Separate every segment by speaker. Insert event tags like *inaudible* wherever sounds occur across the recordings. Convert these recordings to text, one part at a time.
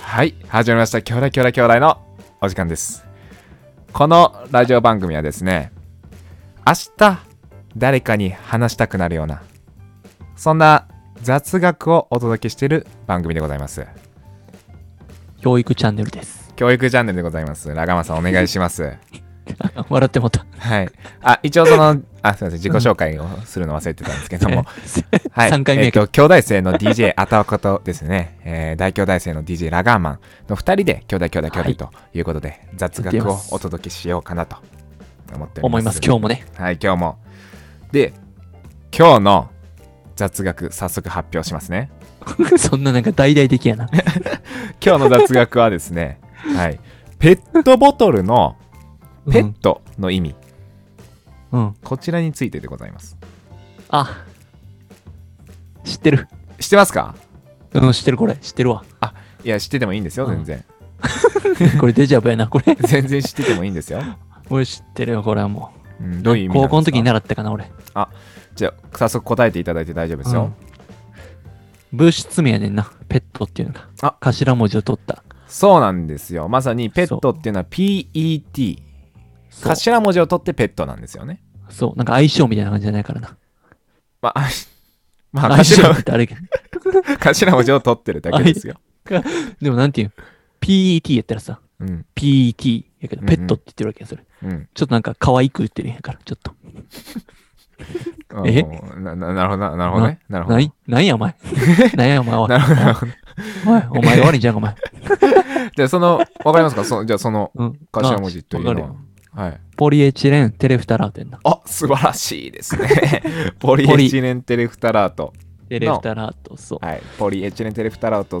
Speaker 1: はい始まりました「きょうだいきょうだいきょうだい」のお時間ですこのラジオ番組はですね明日誰かに話したくなるようなそんな雑学をお届けしている番組でございます
Speaker 2: 教育チャンネルです。
Speaker 1: 教育チャンネルでございますラガマさんお願いします
Speaker 2: 笑ってもた。
Speaker 1: はいあ一応そのあすいません自己紹介をするの忘れてたんですけど
Speaker 2: *laughs*
Speaker 1: もはい、
Speaker 2: 3回目
Speaker 1: え
Speaker 2: や
Speaker 1: っ
Speaker 2: けど
Speaker 1: と兄弟生の DJ あたわことですね、えー大兄弟生の DJ ラガーマンの2人で兄弟兄弟兄弟ということで、雑
Speaker 2: やって
Speaker 1: 学を
Speaker 2: ます
Speaker 1: お届けしようかなと思っております
Speaker 2: 思います、今日もね。
Speaker 1: はい今日もで今日の雑学早速発表しますね
Speaker 2: *laughs* そんななんか大々的やな。
Speaker 1: 今日の雑学はです
Speaker 2: *laughs*
Speaker 1: ねはいペットボトルのペットの意味、
Speaker 2: うん。うん
Speaker 1: こちらについてでございます
Speaker 2: あ、知ってる。
Speaker 1: 知ってますか
Speaker 2: うん、知ってる、これ。知ってるわ。 *laughs*
Speaker 1: いや知っててもいいんですよ全然、
Speaker 2: これデジャブやな、こ
Speaker 1: *laughs*
Speaker 2: れ。
Speaker 1: 全然知っててもいいんですよ、
Speaker 2: 俺知ってるよ、これはも
Speaker 1: うん、どういう意味
Speaker 2: う。
Speaker 1: なんです
Speaker 2: 高
Speaker 1: か
Speaker 2: 校の時に習ったかな、俺。
Speaker 1: じゃあ早速答えていただいて大丈夫ですよ、
Speaker 2: うん物質名やねんな、ペットっていうのが。
Speaker 1: あ
Speaker 2: 頭文字を取った。
Speaker 1: そうなんですよまさにペットっていうのは PET
Speaker 2: そう。
Speaker 1: 頭文字を取ってペットなんですよね
Speaker 2: そうなんか相性みたいな感じじゃないからな。
Speaker 1: まああ *laughs* まあ
Speaker 2: 相性
Speaker 1: 頭
Speaker 2: ってあれやけど
Speaker 1: 頭文字を取ってるだけですよ、 *laughs*
Speaker 2: でもなんていうん ?PET やったらさ、
Speaker 1: うん、
Speaker 2: PET やけど、ペットって言ってるわけや、それ。
Speaker 1: うん、
Speaker 2: ちょっとなんか可愛く言ってるんやから、ちょっと。
Speaker 1: あ
Speaker 2: え
Speaker 1: なななるほどななるほどねなるほど
Speaker 2: ないなんや
Speaker 1: *laughs*
Speaker 2: お前。なんやお前おい
Speaker 1: なるほどなるほど
Speaker 2: おい。お前が悪いんじゃん、お前。
Speaker 1: じゃあそのわかりますかそじゃあその
Speaker 2: うん。
Speaker 1: 頭文字という
Speaker 2: わか
Speaker 1: の
Speaker 2: る
Speaker 1: は
Speaker 2: よ
Speaker 1: はい
Speaker 2: ポリエチレンテレフタラートやんな。
Speaker 1: あ素晴らしいです
Speaker 2: *laughs*
Speaker 1: ねポリエチレンテレフタラート
Speaker 2: テレフタラート、そう。
Speaker 1: はいポリエチレンテレフタラート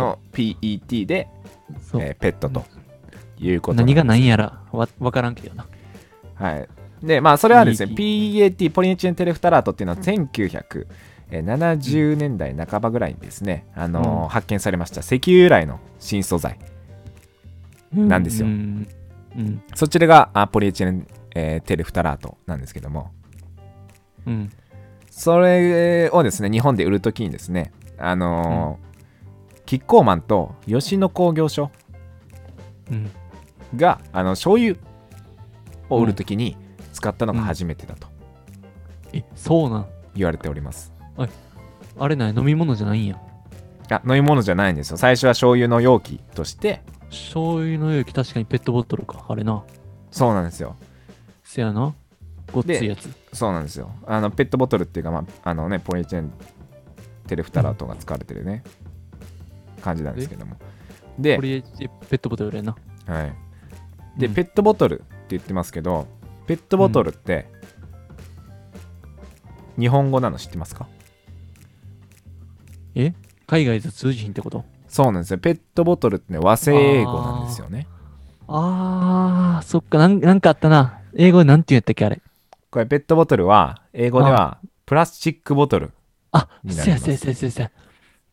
Speaker 1: の PET で、
Speaker 2: そう
Speaker 1: えーペットということなんで
Speaker 2: 何が何やらわわからんけどな。
Speaker 1: はい。で、まあ、それはですね、PET、ポリエチレンテレフタラートっていうのは、1970年代半ばぐらいにですね、あのー
Speaker 2: うん
Speaker 1: 発見されました石油由来の新素材。なんですよ
Speaker 2: うん。うん。
Speaker 1: そちらがあポリエチレン、えーテレフタラートなんですけども、
Speaker 2: うん。
Speaker 1: それをですね、日本で売るときにですね、あのーキッコーマンと吉野工業所
Speaker 2: うん。
Speaker 1: が、あの醤油を売るときに使ったのが初めてだと
Speaker 2: え、そうなん。
Speaker 1: 言われております。
Speaker 2: あれない、飲み物じゃないんや。
Speaker 1: あ飲み物じゃないんですよ。最初は醤油の容器として、
Speaker 2: 醤油の容器、確かにペットボトルか。あれな。
Speaker 1: そうなんですよ。
Speaker 2: せやな。ごっついやつ。
Speaker 1: そうなんですよ。あのペットボトルっていうか、まあ、あのね、ポリエチレンテレフタラートが使われてるね、感じなんですけども。で
Speaker 2: ポ、リエチペットボトルやな。
Speaker 1: はい、で、
Speaker 2: うん
Speaker 1: ペットボトルって言ってますけど、ペットボトルって、日本語なの知ってますか
Speaker 2: え海外で通じひんってこと
Speaker 1: そうなんですよ。ペットボトルって、ね、和製英語なんですよね。
Speaker 2: あー、そっか、なんなんかあったな。英語でなんて言うんやったっけ、あれ。
Speaker 1: これ、ペットボトルは、英語では、プラスチックボトル。
Speaker 2: あ、
Speaker 1: になり
Speaker 2: せ
Speaker 1: ま
Speaker 2: や
Speaker 1: す
Speaker 2: せやせやせやせや。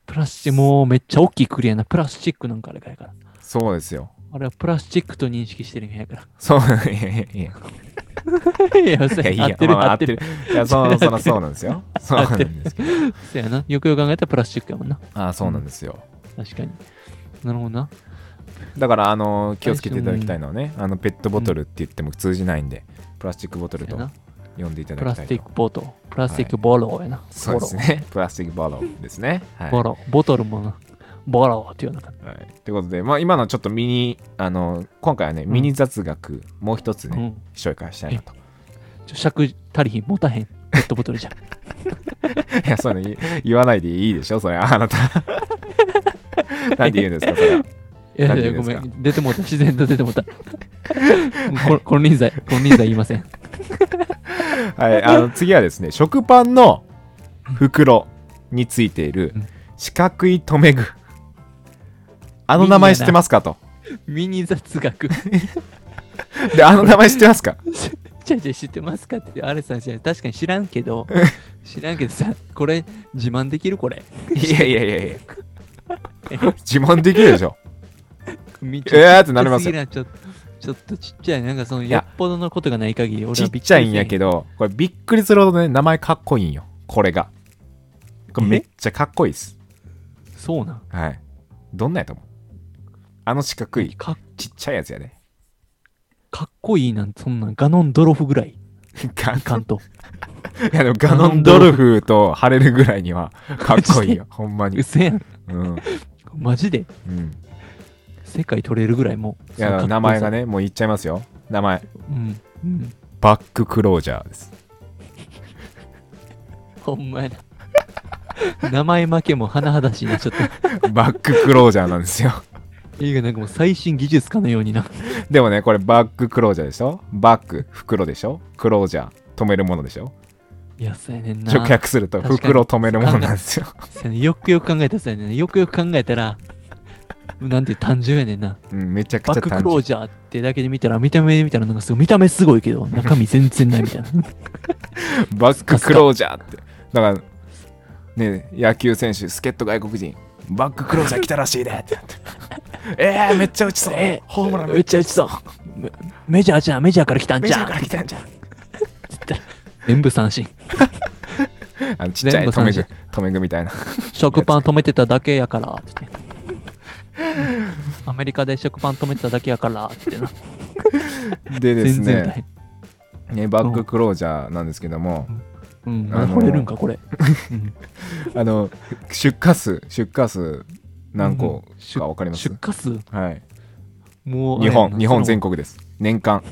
Speaker 2: プラスチック、もうめっちゃ大きいクリアな。プラスチックなんかあれからから。
Speaker 1: そうですよ。
Speaker 2: あれはプラスチックと認識してるんやか
Speaker 1: そう、い *laughs* やいやいや。
Speaker 2: *laughs* ら。いや、せ
Speaker 1: いやいいや
Speaker 2: や、合ってる、
Speaker 1: まあまあ
Speaker 2: 合ってる。
Speaker 1: *laughs* いや、そのそのそうなんです
Speaker 2: *laughs*
Speaker 1: よ。そうなんですけど。
Speaker 2: せやな。よくよく考えたらプラスチックやもんな。
Speaker 1: ああ、そうなんですよ。
Speaker 2: 確かに。なるほどな。
Speaker 1: だから、あの気をつけていただきたいのはね、あのペットボトルって言っても通じないんで、プラスチックボトル
Speaker 2: せや
Speaker 1: と
Speaker 2: な。
Speaker 1: 呼んでいた
Speaker 2: プ
Speaker 1: だ
Speaker 2: ラ
Speaker 1: きた
Speaker 2: ス
Speaker 1: い
Speaker 2: チッ
Speaker 1: と
Speaker 2: ク。ボトル。プラスチックボローやな。
Speaker 1: そうですね。 *laughs* プラスチックボトルですね。はい。
Speaker 2: ボ
Speaker 1: は
Speaker 2: ロー。ボロー。ボトルもな。ボローっていうのか。
Speaker 1: い、ということで、まあ、今のちょっとミニ、あの今回はね、
Speaker 2: ん
Speaker 1: ミニ雑学、もう一つ
Speaker 2: う
Speaker 1: ね、
Speaker 2: ん。
Speaker 1: 紹介したいなと。 *laughs*
Speaker 2: ちょ、尺足りひん。持たへん。ペットボトルじゃ。
Speaker 1: いや、そういうの言言わないでいいでしょ、それ、あなた。 *laughs* なんて言うんですか、それは。
Speaker 2: いやい
Speaker 1: なん
Speaker 2: や、
Speaker 1: て言うんで
Speaker 2: ご
Speaker 1: す
Speaker 2: め
Speaker 1: か
Speaker 2: ん。出てもうた。自然と出
Speaker 1: *laughs*
Speaker 2: てもうた。こ金輪際、金輪際言いま
Speaker 1: *laughs*
Speaker 2: せん。
Speaker 1: はい、あ *laughs* の次はですね、食パンの袋についている四角い留め具。あの名前知ってますかと。
Speaker 2: ミニ雑 *laughs* 学。
Speaker 1: で、あの名前知ってますか
Speaker 2: ちゃちゃ知ってますかって、あれさん知らん。確かに知らんけ
Speaker 1: *laughs*
Speaker 2: ど、知らんけどさ、これ、自慢できるこれ。
Speaker 1: *laughs* いやいやいやいや。自慢できるでし *laughs* ょ。
Speaker 2: みちょ
Speaker 1: えーってなります
Speaker 2: ちっちゃすぎ
Speaker 1: よ。
Speaker 2: なちょっとちょっとちっちゃい、なんかその、
Speaker 1: いや
Speaker 2: よっぽどのことがない限り、俺
Speaker 1: ち
Speaker 2: は
Speaker 1: っ
Speaker 2: びっくり
Speaker 1: ちゃいんやけ
Speaker 2: ど。
Speaker 1: ど、これびっくりするほどね、名前かっこいいんよ。これが。これめっちゃかっこいいです。
Speaker 2: そうなん。
Speaker 1: はい。どんなやと思うあの四角い
Speaker 2: か
Speaker 1: ちっちゃいやつやで、ね。
Speaker 2: かっこいいなんて、そんなんガノンドロフぐらい、
Speaker 1: ガ
Speaker 2: いかん
Speaker 1: *laughs*
Speaker 2: と。
Speaker 1: いやでもガノンドルフとハレルぐらいにはかっこいい *laughs* よ。ほんま
Speaker 2: う
Speaker 1: に。
Speaker 2: せやん。
Speaker 1: うん。
Speaker 2: マジで、
Speaker 1: うん。
Speaker 2: 世界取れるぐらいもう。
Speaker 1: いや名
Speaker 2: そのかっこよ
Speaker 1: 前
Speaker 2: さ
Speaker 1: が。ね、もう言っちゃいますよ。名前。
Speaker 2: うん。うん。
Speaker 1: バッククロージャーです。 *laughs*
Speaker 2: ほんまやな。名前負けも甚だしいな、ちょっと。
Speaker 1: バッククロージャーなんですよ。 *laughs*
Speaker 2: 映画なんかもう最新技術かのようにな。
Speaker 1: でもね、これバッククロージャーでしょバック、袋でしょクロージャー、止めるものでしょ
Speaker 2: いや、そうやねんな。
Speaker 1: 直訳すると、
Speaker 2: 確かに
Speaker 1: 袋止めるものなんです
Speaker 2: *laughs*
Speaker 1: よ。
Speaker 2: そうやねよくよく考えたらそうやねんよくよく考えたら、なんて単純やねんな。
Speaker 1: うん、めちゃく
Speaker 2: バ
Speaker 1: ち
Speaker 2: ッ
Speaker 1: ゃ
Speaker 2: ク
Speaker 1: 単
Speaker 2: クロー
Speaker 1: 純。
Speaker 2: ジャーってだけで見たら、見た目で見たらなんかすごい、見た目すごいけど、中身全然ないみたいな。
Speaker 1: バッククロージャーって。だから、ね、野球選手、助っ人外国人、バッククロージャー来たらしいでってなって *laughs* *laughs* えー、めっちゃ打ちそう。
Speaker 2: え
Speaker 1: ホームラン
Speaker 2: めっちゃ打ちそう。メメジャーじゃん、メジャーから来たん
Speaker 1: メ
Speaker 2: じ
Speaker 1: ジ
Speaker 2: ゃ
Speaker 1: ャ
Speaker 2: ん
Speaker 1: ー。から来たんじゃん。
Speaker 2: 全部三振。
Speaker 1: あのちっちゃい
Speaker 2: 全部
Speaker 1: 止め
Speaker 2: 三
Speaker 1: ぐ
Speaker 2: 振、
Speaker 1: 止めぐみたいな。
Speaker 2: 食パン止めてただけやから。
Speaker 1: *laughs*
Speaker 2: つってアメリカで食パン止めてただけやから。ってな。
Speaker 1: でです
Speaker 2: 全然な
Speaker 1: ね
Speaker 2: い。
Speaker 1: ね、バッククロージャーなんですけども、
Speaker 2: うん、
Speaker 1: あのー
Speaker 2: 惚れるんか、これ。うん
Speaker 1: あの、出荷数、出荷数、何個か分かります
Speaker 2: 出荷数
Speaker 1: はい。
Speaker 2: もうあれ
Speaker 1: 日
Speaker 2: やな
Speaker 1: 本、日本全
Speaker 2: その
Speaker 1: 国です。年間。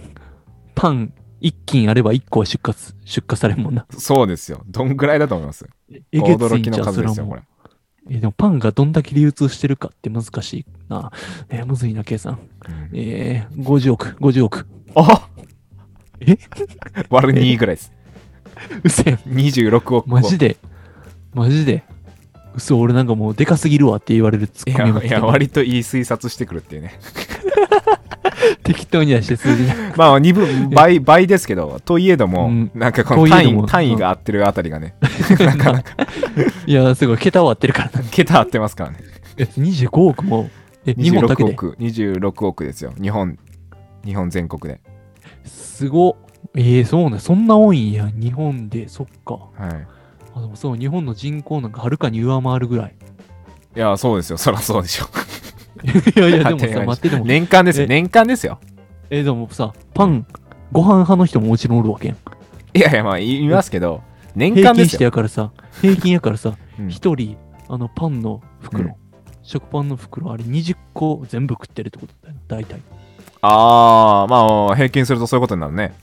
Speaker 2: パン一斤あれば一個は出荷す出荷されるもんな
Speaker 1: そうですよ。どんぐらいだと思います
Speaker 2: ええげ
Speaker 1: *laughs*
Speaker 2: つい
Speaker 1: 驚
Speaker 2: ん
Speaker 1: き
Speaker 2: ち
Speaker 1: の
Speaker 2: ゃう
Speaker 1: 数
Speaker 2: それ
Speaker 1: で
Speaker 2: は
Speaker 1: すよ、
Speaker 2: も
Speaker 1: こ
Speaker 2: う
Speaker 1: れ。
Speaker 2: えでもパンがどんだけ流通してるかって難しいなえむずいな計算
Speaker 1: うん
Speaker 2: えー、50億50億
Speaker 1: あ
Speaker 2: え
Speaker 1: 割る2ぐらいです。
Speaker 2: うせえ
Speaker 1: 26億個。
Speaker 2: マジでマジで嘘俺なんかもうでかすぎるわって言われるツ
Speaker 1: い
Speaker 2: ッコ
Speaker 1: や
Speaker 2: ミも
Speaker 1: いや、割といい推察してくるっていうね。
Speaker 2: 適当に出して数字な
Speaker 1: まあ、二分、倍、倍ですけど、といえども、
Speaker 2: うん
Speaker 1: なんかこの
Speaker 2: といえ
Speaker 1: 単
Speaker 2: ども
Speaker 1: 位、単位が合ってるあたりがね、 *laughs* なかなか、
Speaker 2: *laughs* いやすごい桁割ってるからな
Speaker 1: 桁合ってますからね。
Speaker 2: え25億もえ日本だけ
Speaker 1: 26
Speaker 2: で
Speaker 1: 億、26億ですよ。日本、日本全国で。
Speaker 2: すごっえー、そうねそんな多いんや日本でそっか
Speaker 1: はい。
Speaker 2: あでもそう日本の人口なんかはるかに上回るぐらい
Speaker 1: いや、そうですよ。そらそうでしょ。
Speaker 2: *laughs* いやいやでも
Speaker 1: *laughs* 当たり前
Speaker 2: さ
Speaker 1: しょ
Speaker 2: 待ってでも、
Speaker 1: 年間ですよ。
Speaker 2: え
Speaker 1: 年間ですよ。
Speaker 2: *laughs* えでもさパンご飯派の人ももちろんおるわけやん
Speaker 1: いやいや、まあ、言いますけど、年
Speaker 2: 平
Speaker 1: 間で
Speaker 2: 均
Speaker 1: す
Speaker 2: して
Speaker 1: よ。
Speaker 2: やからさ平均やからさ
Speaker 1: うん
Speaker 2: 一、人あのパンの袋、
Speaker 1: うん
Speaker 2: 食パンの袋あれ20個全部食ってるってことだよな大体
Speaker 1: ああ、まあ、平均するとそういうことになるね。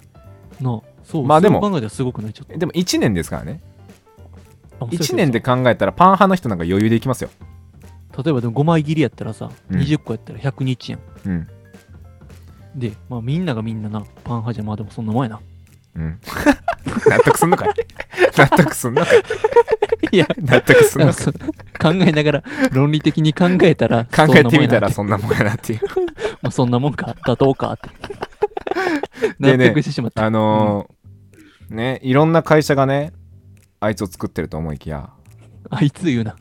Speaker 2: なあそう
Speaker 1: まあでも
Speaker 2: そう考えたらすごくないちょっと
Speaker 1: でも1年ですからね。
Speaker 2: あそうやけどさ
Speaker 1: 1年で考えたら、パン派の人なんか余裕でいきますよ。
Speaker 2: 例えばでも5枚切りやったらさ、
Speaker 1: うん
Speaker 2: 20個やったら100日やん
Speaker 1: うん。
Speaker 2: でまあみんながみんななパン派じゃまあでもそんなもんやな
Speaker 1: うん。 *laughs* 納得すんのかい納得すんのかい
Speaker 2: いや
Speaker 1: 納得すん
Speaker 2: なん
Speaker 1: の
Speaker 2: か
Speaker 1: かい
Speaker 2: *laughs* そう考えながら論理的に考えたら
Speaker 1: 考えてみたら
Speaker 2: そ
Speaker 1: そんなもんやなっていう。
Speaker 2: まあ、そんなもんか妥当かって
Speaker 1: *laughs* で
Speaker 2: 納
Speaker 1: ね
Speaker 2: 得してしまった、
Speaker 1: あのー、ね、いろんな会社がね、あいつを作ってると思いきや、 *laughs*
Speaker 2: あいつ言うな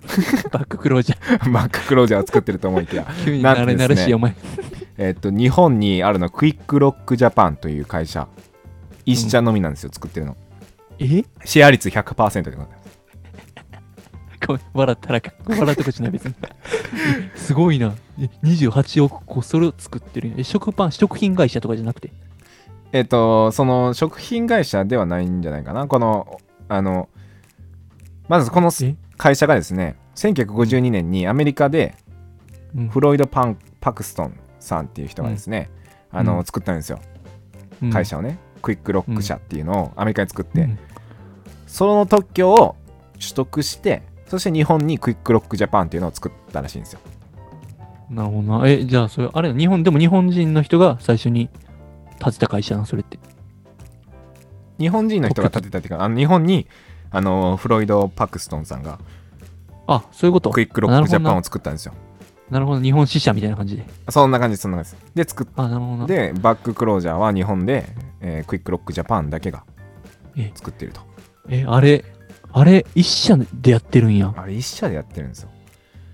Speaker 2: バッククロージャー
Speaker 1: マッククロージャーを作ってると思いきや、 *laughs*
Speaker 2: 急に
Speaker 1: なん
Speaker 2: な
Speaker 1: とで
Speaker 2: れ
Speaker 1: すね
Speaker 2: なれしいお前
Speaker 1: えっと、日本にあるのクイックロックジャパンという会社、一社のみなんですよ、作ってるの。
Speaker 2: え
Speaker 1: シェア率100%でございます。
Speaker 2: ごめん笑ったらあかん笑ったことしない別にすごいなえ28億個それを作ってるんやえ食パン食品会社とかじゃなくて
Speaker 1: えっと、その食品会社ではないんじゃないかな。この、あの、まずこの
Speaker 2: え
Speaker 1: 会社がですね、1952年にアメリカで
Speaker 2: うん
Speaker 1: フロイド・パンパクストンさんっていう人がですね、
Speaker 2: ん
Speaker 1: あの、
Speaker 2: うん
Speaker 1: 作ったんですよ。
Speaker 2: うん
Speaker 1: 会社をね、クイックロック社っていうのをアメリカに作っ
Speaker 2: う
Speaker 1: て、
Speaker 2: ん
Speaker 1: その特許を取得して、そして日本にクイックロックジャパンっていうのを作ったらしいんですよ。
Speaker 2: なるほどなえじゃあそれあれ日本でも日本人の人が最初に建てた会社なそれって
Speaker 1: 日本人の人が建てたっていうか、あの日本にあのフロイド・パクストンさんが
Speaker 2: あそういうこと
Speaker 1: クイックロックジャパンを作ったんですよ。
Speaker 2: なるほど日本支社みたいな感じで
Speaker 1: そんな感じですそんな感じです。で、作っ
Speaker 2: あなるほどな
Speaker 1: でバッククロージャーは日本で、えークイックロックジャパンだけが
Speaker 2: え
Speaker 1: 作ってると
Speaker 2: え、あれ、あれ、一社でやってるんや。
Speaker 1: あれ一社でやってるんですよ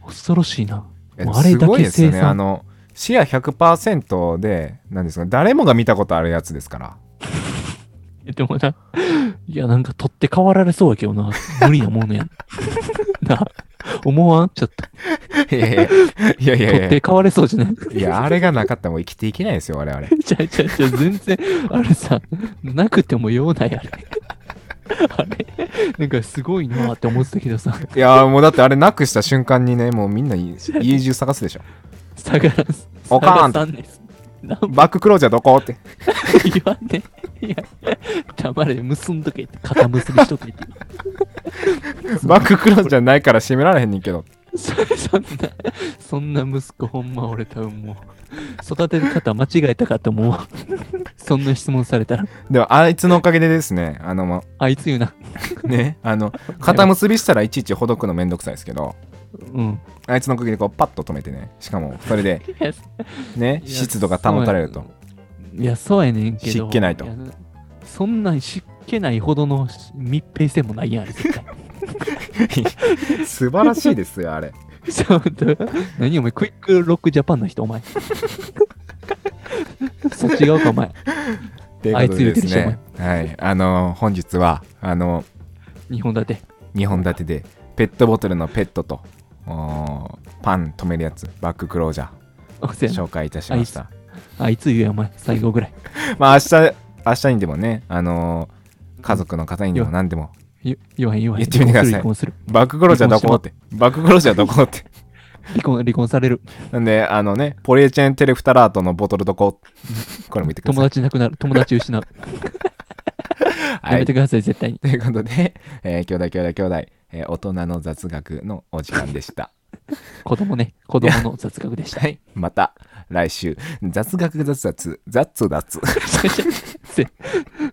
Speaker 2: 恐ろしいな。
Speaker 1: え
Speaker 2: もうあれだ
Speaker 1: す
Speaker 2: け
Speaker 1: ごいですよね
Speaker 2: 生産
Speaker 1: あのシェア100%でなんですか誰もが見たことあるやつですから
Speaker 2: えでもな、 *laughs* いや、なんか取って代わられそうやけどな。無理なものやん。な、思わんちょっと。
Speaker 1: いやいやいやいやい
Speaker 2: 取
Speaker 1: や
Speaker 2: って変われそうじゃない
Speaker 1: いやあれがなかったらもう生きていけないですよ我々
Speaker 2: *laughs* ちゃうちゃうちゃう、全然、あれさ、なくても用ないあれ。あれ、なんかすごいなーって思ってたけどさ、
Speaker 1: いやもうだってあれなくした瞬間にねもうみんな家中探すでしょ
Speaker 2: 下がらす。
Speaker 1: おかん
Speaker 2: 下がらさんです。なんも
Speaker 1: バッククロージャーどこって
Speaker 2: 言わんね。いや、黙れ、結んどけって、肩結びしとけって。
Speaker 1: バッククロージャーないから閉められへんねんけど
Speaker 2: そ *laughs* そんな、そんな息子ほんま俺多分もう、育て方間違えたかと思う。そんな質問されたら、
Speaker 1: でもあいつのおかげでですねあのま
Speaker 2: あいつ言うな。
Speaker 1: ねあの肩結びしたらいちいちほどくのめんどくさいですけど
Speaker 2: うん。
Speaker 1: あいつのおかげでこうパッと止めてねしかもそれで
Speaker 2: いや
Speaker 1: ね
Speaker 2: いや
Speaker 1: 湿度が保たれると
Speaker 2: いや、そうやねんけど。
Speaker 1: 湿気ないと
Speaker 2: や。そんなに湿気ないほどの密閉性もないやん、絶
Speaker 1: *laughs*
Speaker 2: 対。
Speaker 1: 素晴らしいですよあれ
Speaker 2: そうだ何お前、クイックロックジャパンの人、お前。そっち側か、お前。
Speaker 1: ということでです
Speaker 2: あいつ言う
Speaker 1: ねはいあの本日はあの
Speaker 2: 日本だって。
Speaker 1: 2本立てでペットボトルのペットとおーパン止めるやつバッククロージャ
Speaker 2: おせ
Speaker 1: ー
Speaker 2: やな
Speaker 1: 紹介いたしました
Speaker 2: あいつ言うや、お前。最後ぐらい。
Speaker 1: まあ明日明日にでもねあのー家族の方にでも何でも
Speaker 2: 言言わへん、言わへ
Speaker 1: 言っ
Speaker 2: ん。
Speaker 1: てみてください
Speaker 2: 離婚する、
Speaker 1: バッククロージャーどこってバッククロージャーどこ
Speaker 2: *laughs*
Speaker 1: って
Speaker 2: 離婚する。離婚、離婚される。
Speaker 1: なんであのねポリエチェンテレフタラートのボトルど
Speaker 2: *laughs*
Speaker 1: ここれも言ってくだ
Speaker 2: 友
Speaker 1: さい
Speaker 2: 達なくなる。友達失う。
Speaker 1: は
Speaker 2: やめ
Speaker 1: い
Speaker 2: てください、絶対に。
Speaker 1: ということで、えー兄弟兄弟兄弟、えー大人の雑学のお時間でした。
Speaker 2: 子供ね。子供の雑学でした。
Speaker 1: はい、また来週、雑学雑雑、雑雑。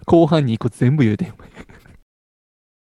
Speaker 2: 後半に一個全部言うて、お前。